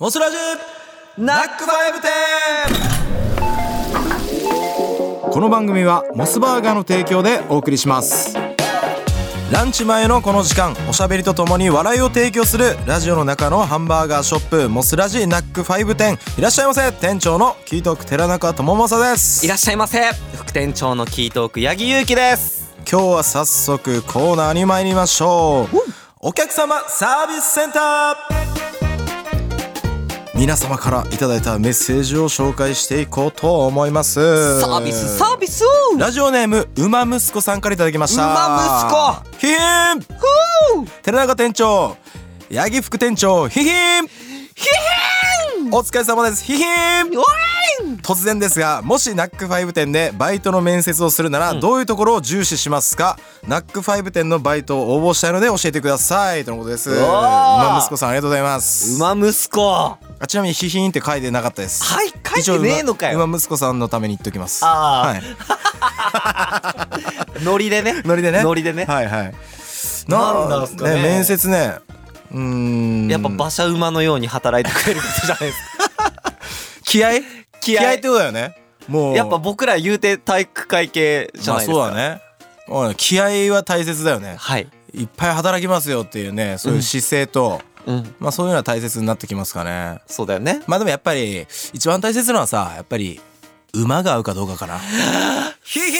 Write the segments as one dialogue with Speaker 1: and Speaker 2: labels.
Speaker 1: モスラジナックファイブ店
Speaker 2: この番組はモスバーガーの提供でお送りします
Speaker 1: ランチ前のこの時間おしゃべりとともに笑いを提供するラジオの中のハンバーガーショップモスラジナックファイブ店いらっしゃいませ店長のキートーク寺中智正です
Speaker 3: いらっしゃいませ副店長のキートーク八木勇樹です
Speaker 1: 今日は早速コーナーに参りましょうお客様サービスセンター皆様からいただいたメッセージを紹介していこうと思います
Speaker 3: サービスサービス
Speaker 1: ラジオネームうま息子さんからいただきました
Speaker 3: うま
Speaker 1: 息子ひひん寺中店長八木副店長ひひん
Speaker 3: ひへん
Speaker 1: お疲れ様ですひひん
Speaker 3: お
Speaker 1: 突然ですがもしナックファイブ店でバイトの面接をするならどういうところを重視しますか、ナックファイブ店のバイトを応募したいので教えてくださいとのことですう
Speaker 3: ー
Speaker 1: ま息子さんありがとうございます
Speaker 3: い馬息子は
Speaker 1: あちなみにひひんって書いてなかったです
Speaker 3: い書いてねえのか
Speaker 1: 一応う
Speaker 3: よ
Speaker 1: まうま息子さんのために言っておきます
Speaker 3: あー
Speaker 1: はい
Speaker 3: ノリでね
Speaker 1: ノリでね
Speaker 3: ノリでね
Speaker 1: はいはい
Speaker 3: なんだっすかね
Speaker 1: 面接ねうーん
Speaker 3: やっぱ馬車馬のように働いてくれることじゃないですか
Speaker 1: 気合気
Speaker 3: 気合
Speaker 1: 合ってことだよねもう
Speaker 3: やっぱ僕ら言うて体育会系じゃないですか、
Speaker 1: まあそうだねおい気合は大切だよね
Speaker 3: はい
Speaker 1: いっぱい働きますよっていうねそういう姿勢と、
Speaker 3: うん
Speaker 1: まあそういうのは大切になってきますかね
Speaker 3: そうだよね
Speaker 1: まあでもやっぱり一番大切なのはさやっぱり馬が合うかどうかかな ヒヒー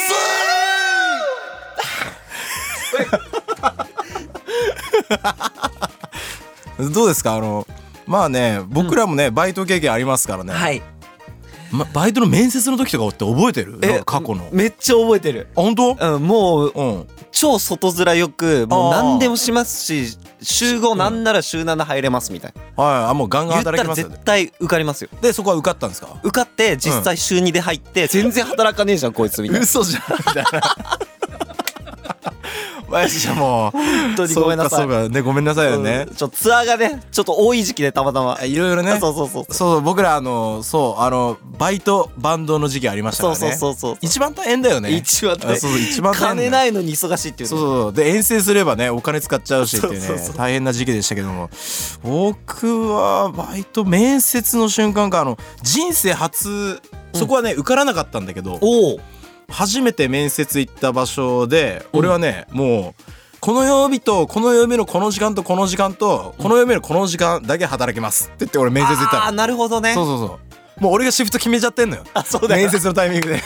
Speaker 1: どうですかあのまあね僕らもね、バイト経験ありますからね、
Speaker 3: はい
Speaker 1: ま、バイトの面接の時とかって覚えてるなんか過去のあ
Speaker 3: めっちゃ覚えてる
Speaker 1: 本当
Speaker 3: うんもう
Speaker 1: うん
Speaker 3: 超外面よくもう
Speaker 1: あー
Speaker 3: 何でもしますし週5なんなら週7入れますみたいな
Speaker 1: はいあもうガンガン
Speaker 3: 言っ
Speaker 1: 働き
Speaker 3: たら
Speaker 1: ますよね
Speaker 3: 絶対受かりますよ
Speaker 1: でそこは受かったんですか
Speaker 3: 受かって実際週2で入って全然働かねえじゃんこいつみたいな
Speaker 1: 嘘じゃんみたいなマジじゃもう 本
Speaker 3: 当にごめんなさい
Speaker 1: そうかそうかねごめんなさいよね
Speaker 3: う、んちょっとツアーがねちょっと多い時期でたまたま
Speaker 1: あいろいろね
Speaker 3: そうそうそう
Speaker 1: そう僕らあのそうあのバイトバンドの時期ありましたか
Speaker 3: そ
Speaker 1: ら
Speaker 3: う
Speaker 1: ね
Speaker 3: そうそうそう
Speaker 1: 一番大変だよね
Speaker 3: 一番
Speaker 1: あ
Speaker 3: 大
Speaker 1: そうそう一番大変
Speaker 3: 金
Speaker 1: い
Speaker 3: ないのに忙しいっていう
Speaker 1: そ
Speaker 3: ね
Speaker 1: うそうそうで遠征すればねお金使っちゃうしっていうね
Speaker 3: そうそうそう
Speaker 1: 大変な時期でしたけども僕はバイト面接の瞬間かあの人生初そこはね、受からなかったんだけど
Speaker 3: おお
Speaker 1: 初めて面接行った場所で俺はね、もうこの曜日とこの曜日のこの時間とこの時間とこの曜日のこの時間だけ働きますって言って俺面接行ったの
Speaker 3: ああなるほどね
Speaker 1: そうそうそうもう俺がシフト決めちゃってんのよ
Speaker 3: あそうだよ
Speaker 1: 面接のタイミングで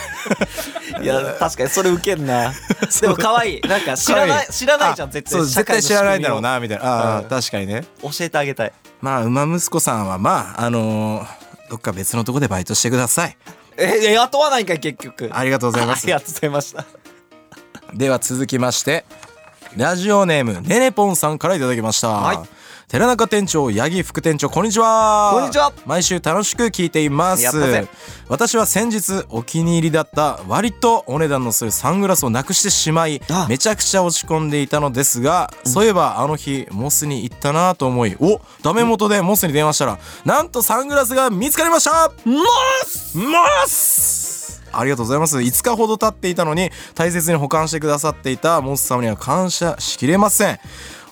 Speaker 3: いや確かにそれウケ んなでも可愛いなんか知ら
Speaker 1: 可
Speaker 3: な
Speaker 1: 愛
Speaker 3: い知らないじゃん
Speaker 1: あ
Speaker 3: 絶
Speaker 1: そう
Speaker 3: 対
Speaker 1: 絶対知らないんだろう
Speaker 3: 社
Speaker 1: なみたいなああ、
Speaker 3: うん
Speaker 1: 確かにね
Speaker 3: 会の仕組みを教えてあげたい
Speaker 1: まあ馬息子さんはまああのーどっか別のとこでバイトしてください
Speaker 3: えいや雇わないんかい結局
Speaker 1: ありがとうございます
Speaker 3: ありがとうございました
Speaker 1: では続きましてラジオネームねねぽんさんからいただきました、
Speaker 3: はい
Speaker 1: 寺中店長八木副店長こんにちは
Speaker 3: こんにちは
Speaker 1: 毎週楽しく聞いています
Speaker 3: やったぜ
Speaker 1: 私は先日お気に入りだった割とお値段のするサングラスをなくしてしまい
Speaker 3: あ
Speaker 1: めちゃくちゃ落ち込んでいたのですが、そういえばあの日モスに行ったなと思いおダメ元でモスに電話したらなんとサングラスが見つかりました
Speaker 3: も
Speaker 1: ますありがとうございます5日ほど経っていたのに大切に保管してくださっていたモス様には感謝しきれません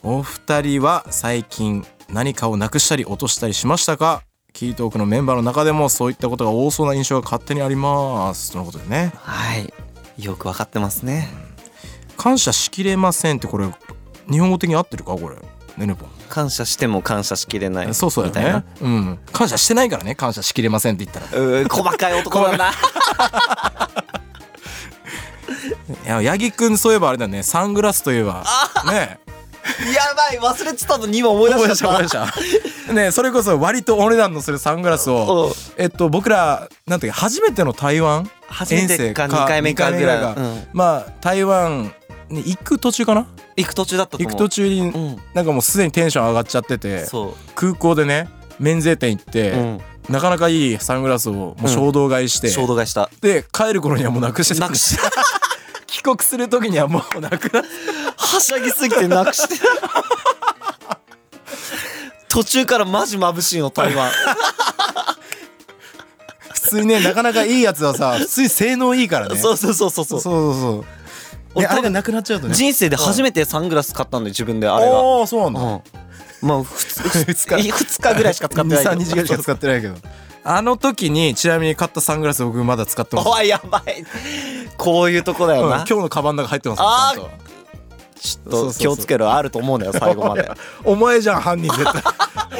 Speaker 1: お二人は最近何かをなくしたり落としたりしましたかキートークのメンバーの中でもそういったことが多そうな印象が勝手にありますとのことでね
Speaker 3: はいよくわかってますね
Speaker 1: 感謝しきれませんってこれ日本語的に合ってるかこれねねぽん
Speaker 3: 感謝しても感謝しきれない
Speaker 1: そうそう
Speaker 3: み
Speaker 1: だ
Speaker 3: たい
Speaker 1: よ
Speaker 3: な
Speaker 1: ねうん感謝してないからね感謝しきれませんって言ったら
Speaker 3: うー 細かい男だな
Speaker 1: いや八木くんそういえばあれだねサングラスといえばねえ
Speaker 3: やばい忘れてたのに今思い出
Speaker 1: 思い出
Speaker 3: し
Speaker 1: し
Speaker 3: ち
Speaker 1: た
Speaker 3: ゃ
Speaker 1: 思い
Speaker 3: っ
Speaker 1: 出した ねそれこそ割とお値段のするサングラス
Speaker 3: うん
Speaker 1: をえっと僕らなんていうか初めての台湾
Speaker 3: た初めてか2回目かぐらい
Speaker 1: 二回目
Speaker 3: うん
Speaker 1: まあ台湾に行く途中かな
Speaker 3: 行く途中だったと
Speaker 1: 行
Speaker 3: 思う
Speaker 1: く途中に
Speaker 3: うん
Speaker 1: なんかもうすでにテンション上がっちゃってて
Speaker 3: そ
Speaker 1: 空港でね免税店行っ
Speaker 3: う、う
Speaker 1: て
Speaker 3: ん、
Speaker 1: なかなかいいサングラスをもう衝動買いして
Speaker 3: 衝動買いした
Speaker 1: で帰る頃にはもうなくしてた
Speaker 3: なくし
Speaker 1: 帰国する時にはもうなくなって
Speaker 3: はしゃぎすぎてなくして途中からマジ眩しいの台湾
Speaker 1: 普通にねなかなかいいやつはさ普通に性能いいからね
Speaker 3: そうそうそうそうそ
Speaker 1: そう
Speaker 3: う
Speaker 1: そうそうね
Speaker 3: 俺多分
Speaker 1: なくなっちゃうと
Speaker 3: 人生で初めてサングラス買ったんで自分であれが
Speaker 1: ああそうなんだ
Speaker 3: うんもう 2
Speaker 1: 二日
Speaker 3: 日2日ぐらいしか使ってないけど
Speaker 1: 23日ぐらいしか使ってないけどあの時にちなみに買ったサングラス僕まだ使ってます
Speaker 3: おいやばいこういうとこだ
Speaker 1: うん
Speaker 3: よ
Speaker 1: 今
Speaker 3: な、
Speaker 1: 日のカバンの中入ってます
Speaker 3: あー
Speaker 1: ちゃんと
Speaker 3: ちょっ
Speaker 1: そうそう
Speaker 3: と
Speaker 1: そう
Speaker 3: 気をつけろあると思うんだよ最後ま で
Speaker 1: お前じゃん犯人絶 対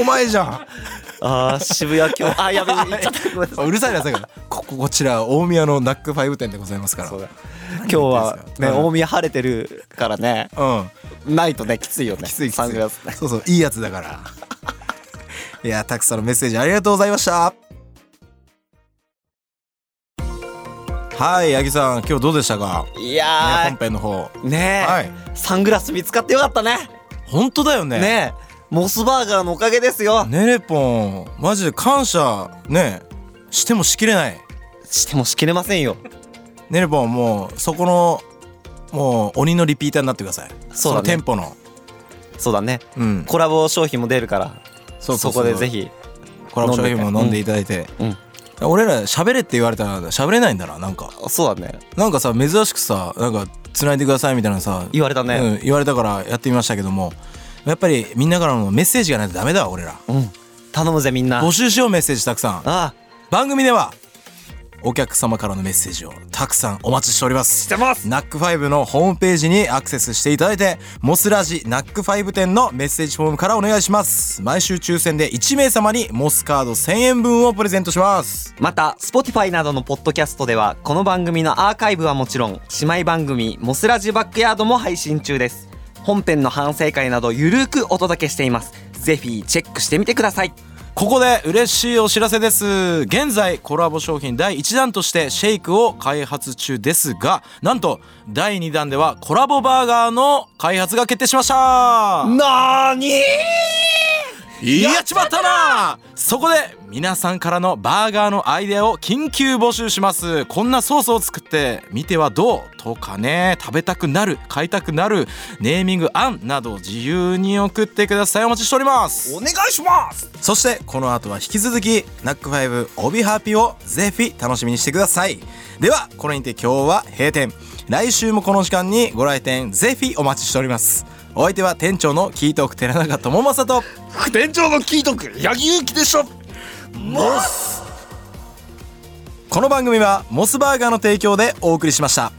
Speaker 1: お前じゃん
Speaker 3: あー渋谷今日あやべえ言っちゃったごめんなさい
Speaker 1: あうるさいなさいからこここちら大宮のナックファイブ店でございますから
Speaker 3: そう
Speaker 1: う
Speaker 3: だ今日はね、
Speaker 1: うん
Speaker 3: 大宮晴れてるからね
Speaker 1: ん
Speaker 3: ないとねきついよね
Speaker 1: きついきつい
Speaker 3: サングラスね
Speaker 1: そうそういいやつだから いやたくさんのメッセージありがとうございましたはい八木さん今日どうでしたか、
Speaker 3: い
Speaker 1: ね
Speaker 3: や
Speaker 1: 本編の方
Speaker 3: ーねえ、
Speaker 1: はい
Speaker 3: サングラス見つかってよかったね
Speaker 1: 本当だよね
Speaker 3: ねえモスバーガーのおかげですよ、
Speaker 1: ねれぽんマジで感謝ねしてもしきれない
Speaker 3: してもしきれませんよ
Speaker 1: ねれぽんもうそこのもう鬼のリピーターになってください
Speaker 3: そうだ
Speaker 1: の
Speaker 3: ね
Speaker 1: 店舗の
Speaker 3: そうだね
Speaker 1: うん
Speaker 3: コラボ商品も出るから
Speaker 1: そうそうそう
Speaker 3: こでぜひ
Speaker 1: コラボ商品も飲んでいただいて、
Speaker 3: うん
Speaker 1: 俺ら喋れって言われたら喋れないんだななんか
Speaker 3: そうだね
Speaker 1: なんかさ珍しくさなんか繋いでくださいみたいなさ
Speaker 3: 言われたね
Speaker 1: うん、言われたからやってみましたけどもやっぱりみんなからのメッセージがないとダメだわ俺ら
Speaker 3: うん頼むぜみんな
Speaker 1: 募集しようメッセージたくさん
Speaker 3: ああ
Speaker 1: 番組ではお客様からのメッセージをたくさんお待ちしております
Speaker 3: してます
Speaker 1: ナックファイブのホームページにアクセスしていただいてモスラジナックファイブ店のメッセージフォームからお願いします毎週抽選で1名様にモスカード1000円分をプレゼントします
Speaker 3: また Spotify などのポッドキャストではこの番組のアーカイブはもちろん姉妹番組「モスラジバックヤード」も配信中です本編の反省会などゆるーくお届けしていますぜひチェックしてみてください
Speaker 1: ここで嬉しいお知らせです現在コラボ商品第1弾としてシェイクを開発中ですがなんと第2弾ではコラボバーガーの開発が決定しました
Speaker 3: なーに
Speaker 1: やっちまったなそこで皆さんからのバーガーのアイデアを緊急募集しますこんなソースを作ってみてはどうとかね食べたくなる買いたくなるネーミング案など自由に送ってくださいお待ちしております
Speaker 3: お願いします
Speaker 1: そしてこの後は引き続きナックファイブ帯ハーピーをぜひ楽しみにしてくださいではこれにて今日は閉店来週もこの時間にご来店ぜひお待ちしておりますお相手は店長のキートーク寺中智正と
Speaker 3: 副店長のキートく八木勇樹でしょ
Speaker 1: この番組はモスバーガーの提供でお送りしました